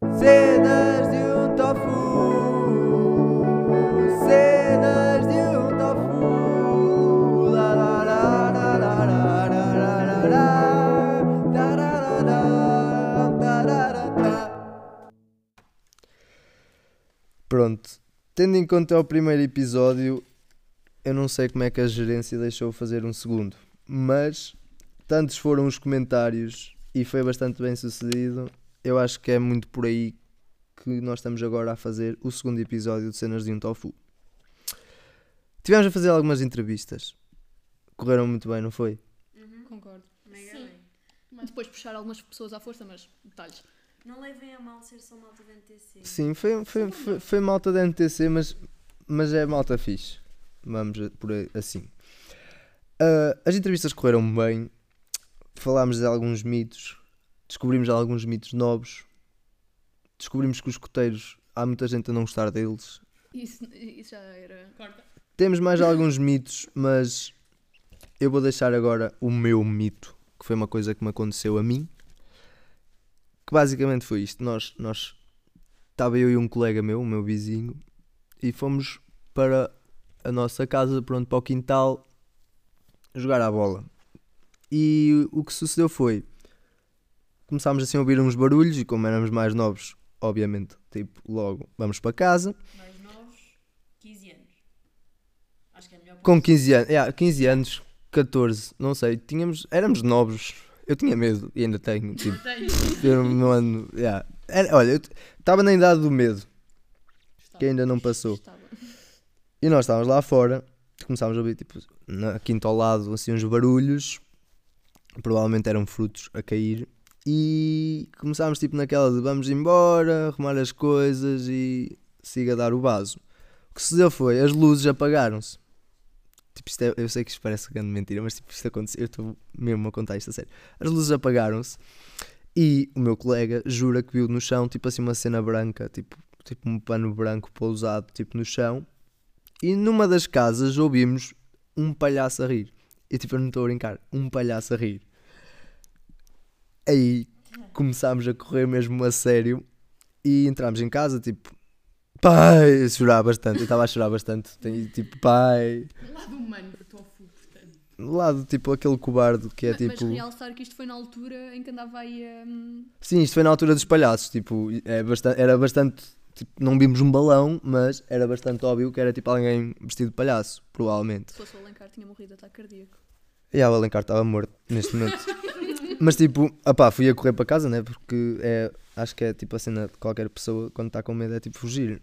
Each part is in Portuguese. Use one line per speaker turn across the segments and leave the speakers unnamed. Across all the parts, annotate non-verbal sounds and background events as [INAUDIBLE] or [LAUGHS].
Cenas de um tofu. Cenas de um tofu. Lá, lá, lá, lá, lá, lá, lá, lá, lá, lá. Tararará, tararará.
Pronto, tendo em conta é o primeiro episódio, eu não sei como é que a gerência deixou fazer um segundo, mas tantos foram os comentários e foi bastante bem sucedido. Eu acho que é muito por aí que nós estamos agora a fazer o segundo episódio de Cenas de um Tofu. Tivemos a fazer algumas entrevistas. Correram muito bem, não foi?
Concordo.
Mega
Sim.
bem.
Depois puxar algumas pessoas à força, mas detalhes.
Não levem a mal ser só malta do NTC.
Sim, foi, foi, foi, foi malta da NTC, mas, mas é malta fixe. Vamos a- por aí- assim. Ah, as entrevistas correram bem, falámos de alguns mitos, descobrimos alguns mitos novos, descobrimos que os coteiros, há muita gente a não gostar deles.
Isso, isso já era.
Corta.
Temos mais alguns mitos, mas eu vou deixar agora o meu mito, que foi uma coisa que me aconteceu a mim. Que basicamente foi isto. Nós, nós estava eu e um colega meu, o meu vizinho, e fomos para a nossa casa, pronto, para o quintal, jogar à bola. E o que sucedeu foi, começámos assim a ouvir uns barulhos, e como éramos mais novos, obviamente, tipo, logo vamos para casa.
Mais novos, 15 anos. Acho que é melhor.
Com 15 anos, yeah, 15 anos, 14, não sei, tínhamos, éramos novos. Eu tinha medo e ainda tenho, tipo,
Tenho.
eu não ando, yeah. Era- olha, eu estava na idade do medo, que ainda não passou.
Estava.
E nós estávamos lá fora, começámos a ouvir, tipo, na quinta ao lado, assim, uns barulhos, provavelmente eram frutos a cair, e começámos, tipo, naquela de vamos embora, arrumar as coisas e siga dar o vaso. O que sucedeu foi, as luzes apagaram-se. Tipo, isto é- eu sei que isto parece grande mentira, mas tipo, isto aconteceu, eu estou mesmo a contar isto a sério. As luzes apagaram-se e o meu colega jura que viu no chão, tipo assim, uma cena branca, tipo, tipo um pano branco pousado, tipo, no chão. E numa das casas ouvimos um palhaço a rir. E tipo, eu não estou a brincar, um palhaço a rir. Aí começámos a correr mesmo a sério e entramos em casa, tipo, pai, a chorar bastante. Eu estava a chorar bastante, tenho, tipo, pai
Lado humano do tofu, portanto.
lado, tipo, aquele cobarde que é
mas, mas
tipo.
realçar que isto foi na altura em que andava aí a. hum,
Sim, isto foi na altura dos palhaços, tipo, é bastan- era bastante. tipo, não vimos um balão, mas era bastante óbvio que era tipo alguém vestido de palhaço, provavelmente.
se fosse o Alencar, tinha morrido de ataque cardíaco.
E a Alencar estava morto neste momento. mas tipo, opá, fui a correr para casa, né? Porque é, acho que é tipo a cena de qualquer pessoa quando está com medo é tipo fugir.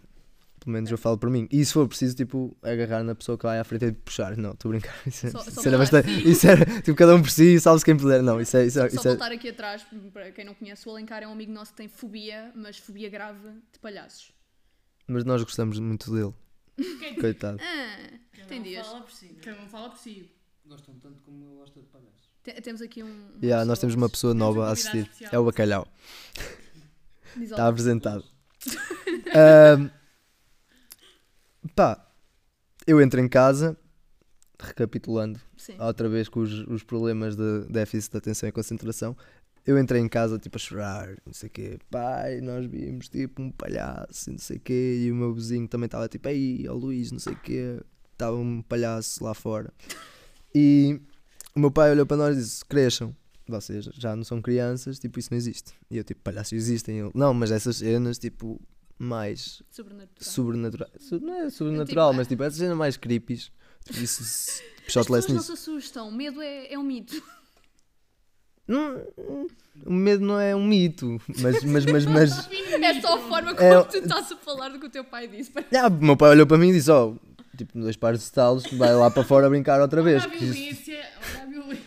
Pelo menos eu falo para mim. E se for preciso, tipo, agarrar na pessoa que vai à frente e tipo, puxar. Não, estou a brincar. Isso, é-
Só- só
isso era
pular,
bastante. Isso era, tipo, cada um por si, salve-se quem puder. Não, isso é. Isso é,
Só
isso é
voltar aqui atrás, para quem não conhece, o Alencar é um amigo nosso que tem fobia, mas fobia grave de palhaços.
mas nós gostamos muito dele.
Quem diz?
Coitado.
Ah, tem dias.
Fala por cima.
Cada um fala por si.
Gostam tanto como eu gosto de palhaços.
Te- temos aqui um. uma
Yeah, ah, nós
pessoa-
temos uma pessoa
Temos um
nova a
convidado
assistir.
especial.
É o Bacalhau.
Diz
Está
olá.
apresentado. [LAUGHS] Ahm, pá, eu entro em casa, recapitulando,
Sim.
outra vez com os, os problemas de déficit de atenção e concentração. Eu entrei em casa tipo a chorar, não sei o quê, pai, nós vimos tipo um palhaço, e não sei o quê, e o meu vizinho também estava tipo, aí, ó Luís, não sei o quê, estava um palhaço lá fora. E o meu pai olhou para nós e disse: cresçam, vocês já não são crianças, tipo, isso não existe. E eu, tipo, palhaços existem. Ele, não, mas essas cenas, tipo, mais
Sobrenatural.
sobrenatural. Su- Não é sobrenatural, mas tipo, essas cenas mais creepies, tipo, isso, se- tipo,
As
shot
pessoas
less
não
nisso.
se assustam, medo é, é um mito.
Não, hum, o medo não é um mito, mas, mas, mas, mas. [LAUGHS]
É só a forma como
É-
tu estás a falar do que o teu pai disse. [LAUGHS]
Ah, o meu pai olhou para mim e disse: ó, tipo, dois pares de talos, vai lá para fora brincar outra
Olha
vez.
a
que
um
isso-
violência. Olha a violência.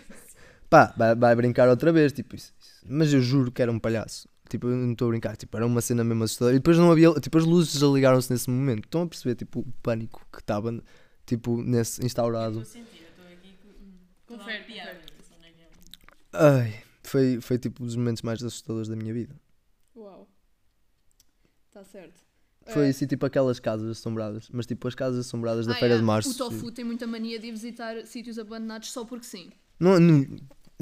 pá, vai, vai brincar outra vez, tipo isso, isso. Mas eu juro que era um palhaço. Tipo, eu não estou a brincar, tipo, era uma cena mesmo assustadora. E depois não havia, tipo, as luzes ligaram-se nesse momento. Estão a perceber, tipo, o pânico que estava, tipo, nesse instaurado.
Estou a sentir, eu estou aqui com.
Confere,
piada.
Ai, foi, foi tipo um dos momentos mais assustadores da minha vida.
Uau. Está certo.
Foi
Eh,
assim, tipo, aquelas casas assombradas, mas tipo, as casas assombradas da
ah,
Feira
é,
de Março.
O Tofu tem muita mania de ir visitar sítios abandonados só porque sim.
Não, não-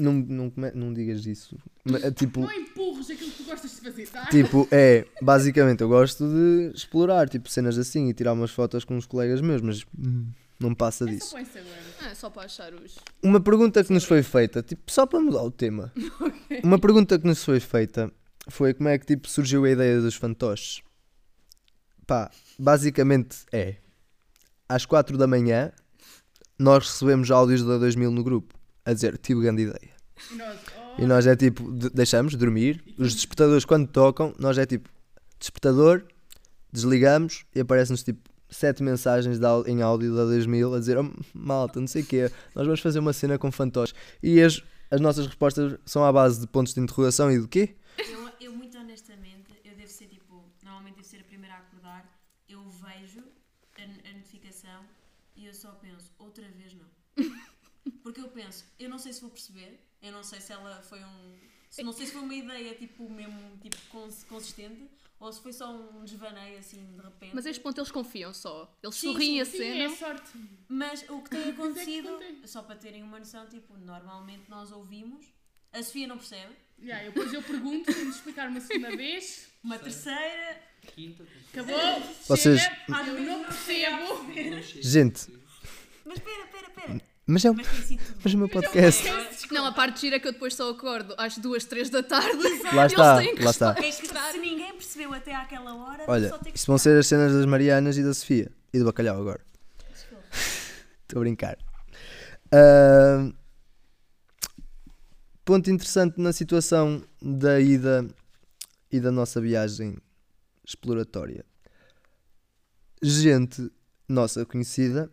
Não, não, come- não digas isso. Mas, é, tipo,
Não empurres aquilo que tu gostas de fazer, tá?
Tipo, é, basicamente eu gosto de explorar, tipo, cenas assim e tirar umas fotos com os colegas meus, mas hum, não passa
É só
disso.
para o Instagram.
Ah, só para achar os.
Uma pergunta que nos foi feita, tipo, só para mudar o
[LAUGHS]
tema. Uma pergunta que nos foi feita foi como é que, tipo, surgiu a ideia dos fantoches. Pá, basicamente é, às 4 da manhã, nós recebemos áudios da 2000 no grupo, a dizer, tive grande ideia.
E nós, oh,
E nós é tipo, de- deixamos dormir. Os despertadores, quando tocam, nós é tipo, despertador, desligamos e aparecem-nos tipo sete mensagens de au- em áudio da 2000 a dizer: oh, malta, não sei o quê, nós vamos fazer uma cena com fantoches. E as, as nossas respostas são à base de pontos de interrogação e do quê?
Eu, eu, muito honestamente, eu devo ser tipo, normalmente devo ser a primeira a acordar, eu vejo a, a notificação e eu só penso, outra vez [LAUGHS] não. Porque eu penso, eu não sei se vou perceber, eu não sei se ela foi um. Se, não sei se foi uma ideia tipo mesmo tipo, cons- consistente ou se foi só um desvaneio assim de repente.
Mas a este ponto eles confiam só. Eles
Sim,
sorriem a
sim, é
cena.
sorte.
[LAUGHS] Mas o que tem acontecido,
contei.
só para terem uma noção, tipo, normalmente nós ouvimos, a Sofia não percebe,
Yeah, eu- depois eu pergunto, tenho de explicar uma segunda vez.
uma terceira,
Quinta, terceira.
Acabou,
Vocês-
chega, eu não percebo.
não chega.
Gente,
mas espera, espera, espera,
mas é um-
mas tem sido tudo.
mas o
bom.
meu podcast.
Não, a parte gira é que eu depois só acordo às duas, três da tarde.
Lá
Eles
está,
têm que
lá está.
É que se ninguém percebeu até àquela hora,
Olha,
só tem que
isto vão
esperar.
ser as cenas das Marianas e da Sofia. E do Bacalhau agora. [LAUGHS] Estou a brincar. Ah, ponto interessante na situação da ida e da nossa viagem exploratória. Gente nossa conhecida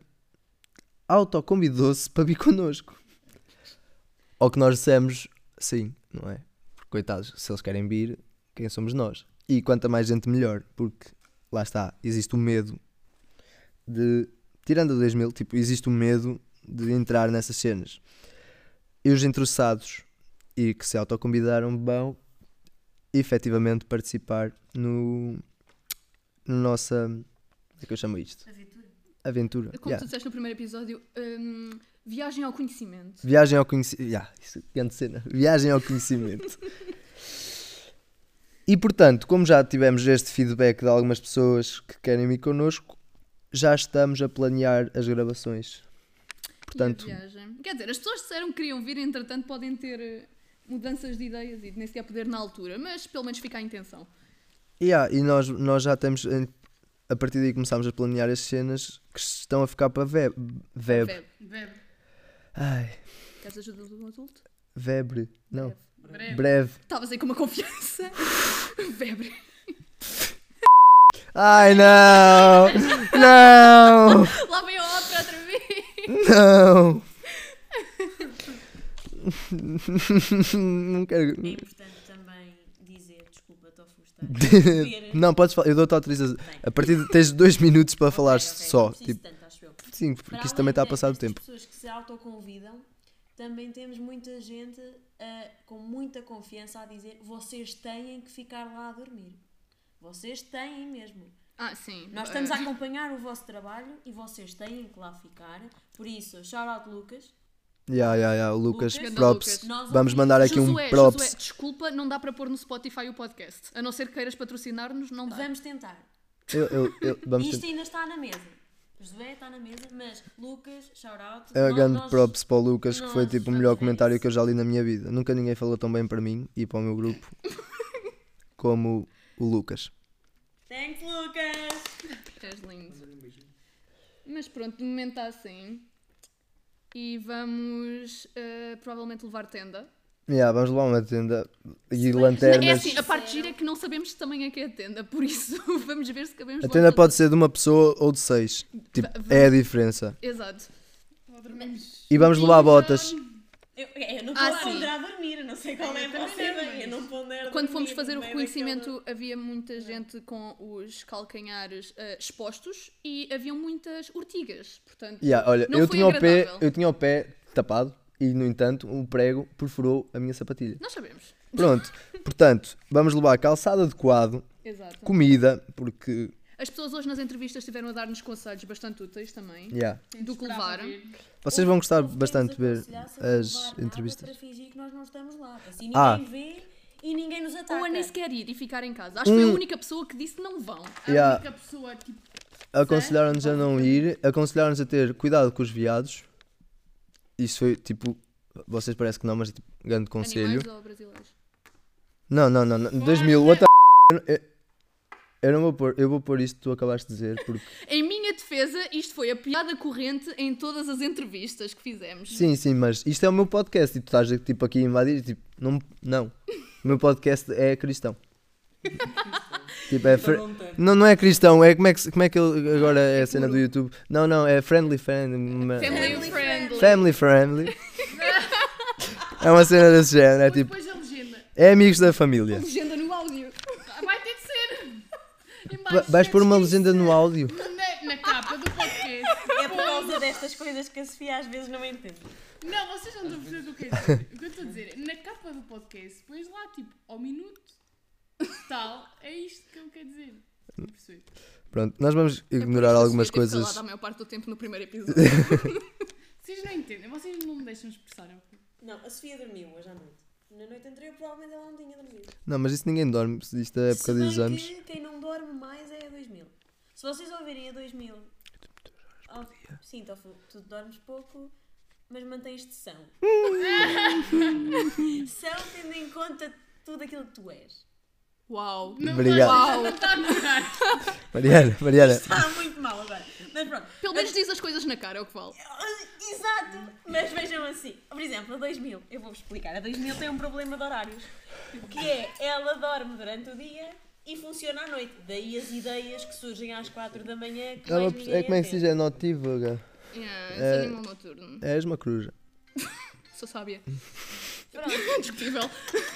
autoconvidou-se para vir connosco. Ao que nós dissemos, sim, não é? Porque, coitados, se eles querem vir, quem somos nós? E quanta mais gente, melhor. Porque, lá está, existe o medo de. Tirando a 2000, tipo, existe o medo de entrar nessas cenas. E os interessados e que se autoconvidaram vão efetivamente participar no. no nossa. Como é que eu chamo isto?
Aventura.
Aventura.
Como
yeah.
tu disseste no primeiro episódio, hum, viagem ao conhecimento.
Viagem ao conhecimento. Yeah, isso, é grande cena. Viagem ao conhecimento. e portanto, como já tivemos este feedback de algumas pessoas que querem ir connosco, já estamos a planear as gravações. Portanto,
E a viagem. Quer dizer, as pessoas disseram que queriam vir, entretanto, podem ter eh, mudanças de ideias e nem sequer poder na altura, mas pelo menos fica a intenção.
yeah, e nós, nós já temos. eh, A partir daí começámos a planear as cenas que estão a ficar para web. Web.
Bebe.
Bebe,
Ai,
Queres ajuda de um adulto?
Vebre. Não.
breve.
Breve.
Estavas aí com uma confiança. [LAUGHS] Bebe.
Ai, não! Não!
Lá vem a outra outra vez.
Não! não quero.
É importante também dizer, desculpa, estou a
[LAUGHS]
frustrar. Ver-
Não, podes falar. Eu dou-te autorização.
Bem,
A partir de. Tens dois minutos para
ok,
falar
ok,
só.
não preciso
Tipo,
tanto, acho eu.
sim, porque
Para
isto também está a
além
passar do
destas
tempo.
pessoas que se autoconvidam, também temos muita gente ah, com muita confiança a dizer vocês têm que ficar lá a dormir. Vocês têm mesmo.
Ah, sim.
Nós estamos a acompanhar o vosso trabalho e vocês têm que lá ficar. Por isso, shout out Lucas.
Ya, ya, ya. O Lucas,
Lucas.
props.
Ganda
Lucas.
Vamos mandar aqui um
Josué, Josué,
props.
desculpa, não dá para pôr no Spotify o podcast. A não ser que queiras patrocinar-nos, não dá.
Vamos tentar.
Eu, eu, eu, vamos
Isto
tentar.
ainda está na mesa. Josué está na mesa, mas Lucas, shout out.
É
Nós-
grande
nós-
props para o Lucas, que foi
nós
tipo o
vamos
melhor
ver
comentário
isso.
que eu já li na minha vida. Nunca ninguém falou tão bem para mim e para o meu
[LAUGHS]
grupo como o Lucas.
Thanks, Lucas!
És lindo. Mas pronto, de momento está assim. E vamos eh, provavelmente levar tenda.
Ya, vamos levar uma tenda e
É
lanternas.
assim, a parte gira é que não sabemos de tamanho é que é a tenda, por isso [LAUGHS] vamos ver se cabemos
A
lá
tenda
dentro.
pode ser de uma pessoa ou de seis. Tipo, é a diferença.
Exato.
Ou dormimos.
E vamos levar botas.
Eu, é, eu não
Ah,
estou a
sim.
ponderar dormir, eu não sei qual é
Eu
a
também
você,
não,
bem, eu
mas-
não pondero
Quando
dormir
fomos fazer
no
o
meio
reconhecimento, havia muita gente com os calcanhares eh, expostos e haviam muitas ortigas, portanto,
Yeah, olha,
não
eu
foi
tinha, o pé,
agradável.
eu tinha o pé tapado e, no entanto, um prego perfurou a minha sapatilha.
nós sabemos.
Pronto, portanto, vamos levar calçado adequado,
Exato.
comida, porque
As pessoas hoje nas entrevistas estiveram a dar-nos conselhos bastante úteis também.
Yeah.
Temos
Do que
que esperar
levaram.
para ver.
Vocês vão gostar
Ou podemos
bastante de ver
aconselhar sem levar
as
nada Para
entrevistas.
fingir que nós não estamos lá. Assim ninguém
Ah.
vê e ninguém nos ataca.
Ou é a nem sequer ir e ficar em casa. Acho que foi
Um-
a única pessoa que disse não vão.
A
Yeah.
única pessoa, tipo,
Aconselharam-nos a não ir, aconselharam-nos a ter cuidado com os viados. Isso foi tipo. Vocês parece que não, mas é tipo, grande conselho.
Animais ou brasileiros?
Não, não, não, não. 2000, what the eu, eu não vou pôr, eu vou pôr isto que tu acabaste de dizer,
[LAUGHS]
porque
Em minha defesa, isto foi a piada corrente em todas as entrevistas que fizemos.
sim, sim, mas isto é o meu podcast e tu estás tipo aqui a invadir, tipo, não, não. O meu podcast é
[LAUGHS]
cristão. tipo,
Tá
é fri-
Então não tem.
Não, não é cristão, é como é que, se- como é que ele- agora é a cena do YouTube? Não, não, é friendly friendly.
Family é friendly.
Family
[LAUGHS]
friendly. é uma cena desse género, é
mas
tipo,
depois a legenda. Ah,
é amigos da família.
Legenda no áudio.
Vai ter de ser. Em
Va-
baixo,
Vais pôr uma
esquece
legenda no áudio.
isso. Na, na capa do podcast.
É por causa destas coisas que a Sofia às vezes não entende.
Não, vocês não estão a perceber o que eu quero dizer. O que eu estou a dizer é, na capa do podcast, pões lá, tipo, ao minuto, tal, é isto que eu quero dizer. Não percebi.
Pronto, nós vamos ignorar
Eu
algumas
devia ter
coisas.
falado a maior parte do tempo no primeiro
[LAUGHS]
episódio.
Vocês não entendem, vocês não me deixam expressar. é o que-
Não, a Sofia dormiu hoje à noite. Na noite anterior, provavelmente ela não tinha dormido.
Não, mas isso ninguém dorme, se isto é época
Se bem
dos anos.
Que quem não dorme mais é a 2000. Se vocês ouvirem a 2000. Oh, sim, Tofu, tu dormes pouco, mas mantens-te
[LAUGHS]
são. são tendo em conta tudo aquilo que tu és.
Uau.
Não
Obrigado.
vai- não está a mudar.
Mariana, Mariana,
Está Tá muito mal agora. Mas pronto.
Pelo menos diz as coisas na cara, é o que vale.
Exato! Mas vejam assim, por exemplo, a 2000, eu vou-vos explicar, a 2000 tem um problema de horários, que é, ela dorme durante o dia e funciona à noite, daí as ideias que surgem às 4 da manhã que
é, uma-
mais
é
ninguém
como é que se
entende.
diz? É notívaga.
Yeah,
É.
sou animal noturno.
És uma coruja.
Sou sábia. [LAUGHS]
Pronto,
Discutível.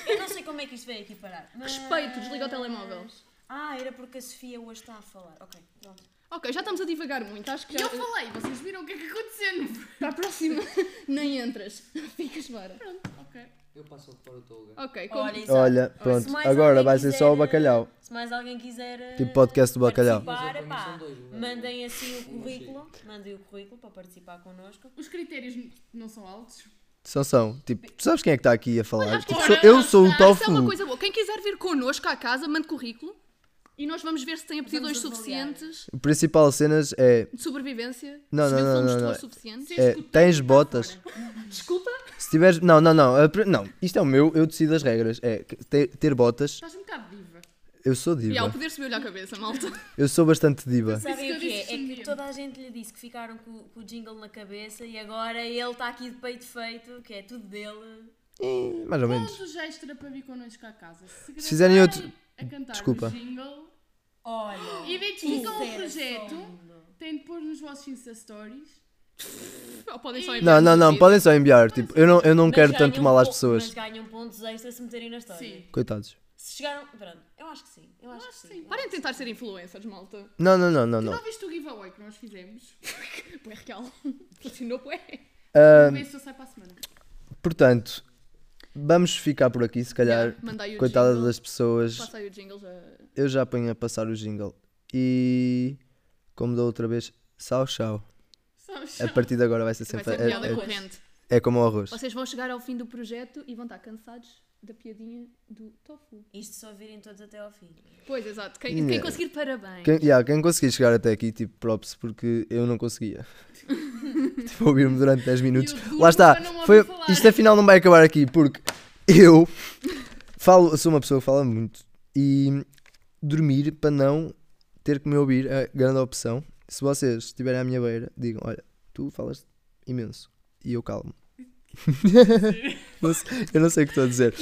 eu não sei como é que isto veio aqui parar, mas...
Respeito, desliga o telemóvel.
Ah, era porque a Sofia hoje está a falar, ok, pronto.
Ok, já estamos a divagar muito. Acho que
E
já...
eu falei, vocês viram o que é que aconteceu? não foi?
Tá
Para a próxima, nem entras. [LAUGHS] Ficas fora.
[LAUGHS] Ok.
Eu passo para o Tolga.
Ok, como...
Olha, exato.
Olha,
Se
pronto,
mais
agora
alguém
vai ser só o
quiser, eh,
bacalhau.
Se mais alguém quiser... eh,
Tipo podcast do bacalhau.
Participar, pá,
São dois, não é?
mandem assim o currículo, mandem o currículo para participar connosco.
Os critérios n- não são altos.
São, são. Tipo, tu sabes quem é que está aqui a falar?
acho que
Tipo,
agora
sou- eu sou o
Isso é uma
tofu.
coisa boa. Quem quiser vir connosco à casa, mande currículo e nós vamos ver se tem aptidões
Vamos avaliar.
suficientes
O principal cenas é.
de sobrevivência.
Não,
se
não,
viu
não,
filmes de
não,
terror
não.
suficientes.
É, tens botas.
Desculpa,
Se tiveres. Não, não, não. a pri- Não, isto é o meu, eu decido as regras. É que ter, ter botas.
Estás um bocado diva.
Eu sou
e ao
diva.
poder subiu-lhe à cabeça, malta. [LAUGHS]
Eu sou bastante diva.
Sabem
Isso
o
que eu
que é?
disse
É
hoje em
que
dia.
toda a gente lhe disse que ficaram com, com o jingle na cabeça e agora ele está aqui de peito feito, que é tudo dele.
Ih, Mais ou menos.
Todos extra para vir connosco à casa. Se,
fizerem outro-
gravarem A cantar
Desculpa.
o jingle,
Olha!
identificam o projeto, têm de pôr nos vossos Insta Stories.
Ou podem só
Não,
enviar
não,
um
não.
pedido.
Podem só enviar. Tipo, eu não, eu não quero tanto mal às
Mas
pessoas.
ganham pontos extra se meterem na história.
Sim.
Coitados.
Se chegaram. Pronto, eu acho que sim. Eu acho, que sim.
Parem de tentar ser influencers, malta.
Não, não, não, não,
Tu
não.
não viste o giveaway que
[LAUGHS]
nós fizemos?
Poé real. Patrocinou poé.
Hum.
Vamos ver se eu saio para a semana.
Ah, Portanto, vamos ficar por aqui, se calhar.
Mandai o
Coitada
jingle.
das pessoas.
Passa aí o jingle já.
Eu já apanho a passar o jingle. E como da outra vez, sal chau.
Sabes?
A partir de agora vai ser
Vai
sempre.
ser
é-
piada
é,
corrente.
é como o arroz.
Vocês vão chegar ao fim do projeto e vão estar cansados da piadinha do tofu.
Isto só virem todos até ao fim.
Pois, exato. Quem,
Yeah.
quem conseguir, parabéns.
Quem, yeah, quem conseguir chegar até aqui, tipo, props, porque eu não
[LAUGHS]
conseguia. tipo, ouvir-me durante 10 minutos.
Eu duro
Lá está.
para não ouvir
Foi,
falar.
isto afinal não vai acabar aqui, porque eu falo, sou uma pessoa que fala muito. E dormir para não ter que me ouvir é a grande opção. Se vocês estiverem à minha beira, digam: Olha, tu falas imenso. E eu
[LAUGHS]
calmo. [LAUGHS] Não sei- eu não sei o que estou a dizer.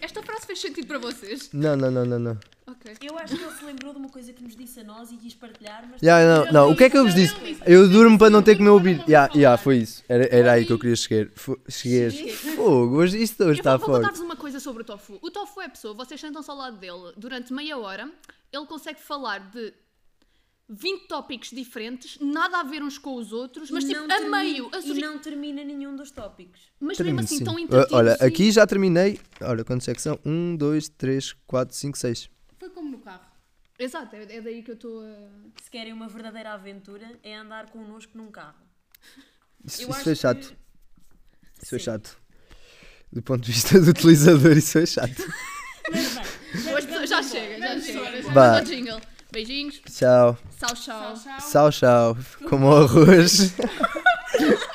Esta frase fez sentido para vocês.
Não, não, não, não, não.
Ok.
Eu acho que ele se lembrou de uma coisa que nos disse a nós e quis partilhar, mas.
Yeah, não, não, o que é que eu vos disse? Eu durmo para não ter que me ouvir. Yeah, yeah, foi isso. Era, era aí que eu queria chegar. Fo- Cheguei. Fogo, hoje isto hoje
Eu
está
vou, vou
forte.
contar-vos uma coisa sobre o tofu. O tofu é a pessoa, vocês sentam-se ao lado dele durante meia hora, ele consegue falar de 20 tópicos diferentes, nada a ver uns com os outros, mas
E
tipo,
não
a
termina-
meio, a
E
surgir,
não termina nenhum dos tópicos.
mas mesmo
Termino,
assim
sim.
tão
Ah,
entretidos.
Olha,
e-
aqui Um, já terminei. Olha, quantos é que são? 1, 2, 3, 4, 5, 6.
Foi como no carro.
Exato, é, é daí que eu estou a.
Se querem uma verdadeira aventura, é andar connosco num carro.
Isso, isso
Eu acho
foi
que-
chato. Isso foi
Sim.
chato. Do ponto de vista do utilizador, isso foi
[LAUGHS]
chato.
Mas bem,
Hoje já chega, já
Vamos
chega.
embora, já
Vá.
Já dou jingle. Beijinhos,
Tchau.
tchau, tchau.
Tchau, tchau.
[LAUGHS] Tchau, tchau. Como o arroz. um um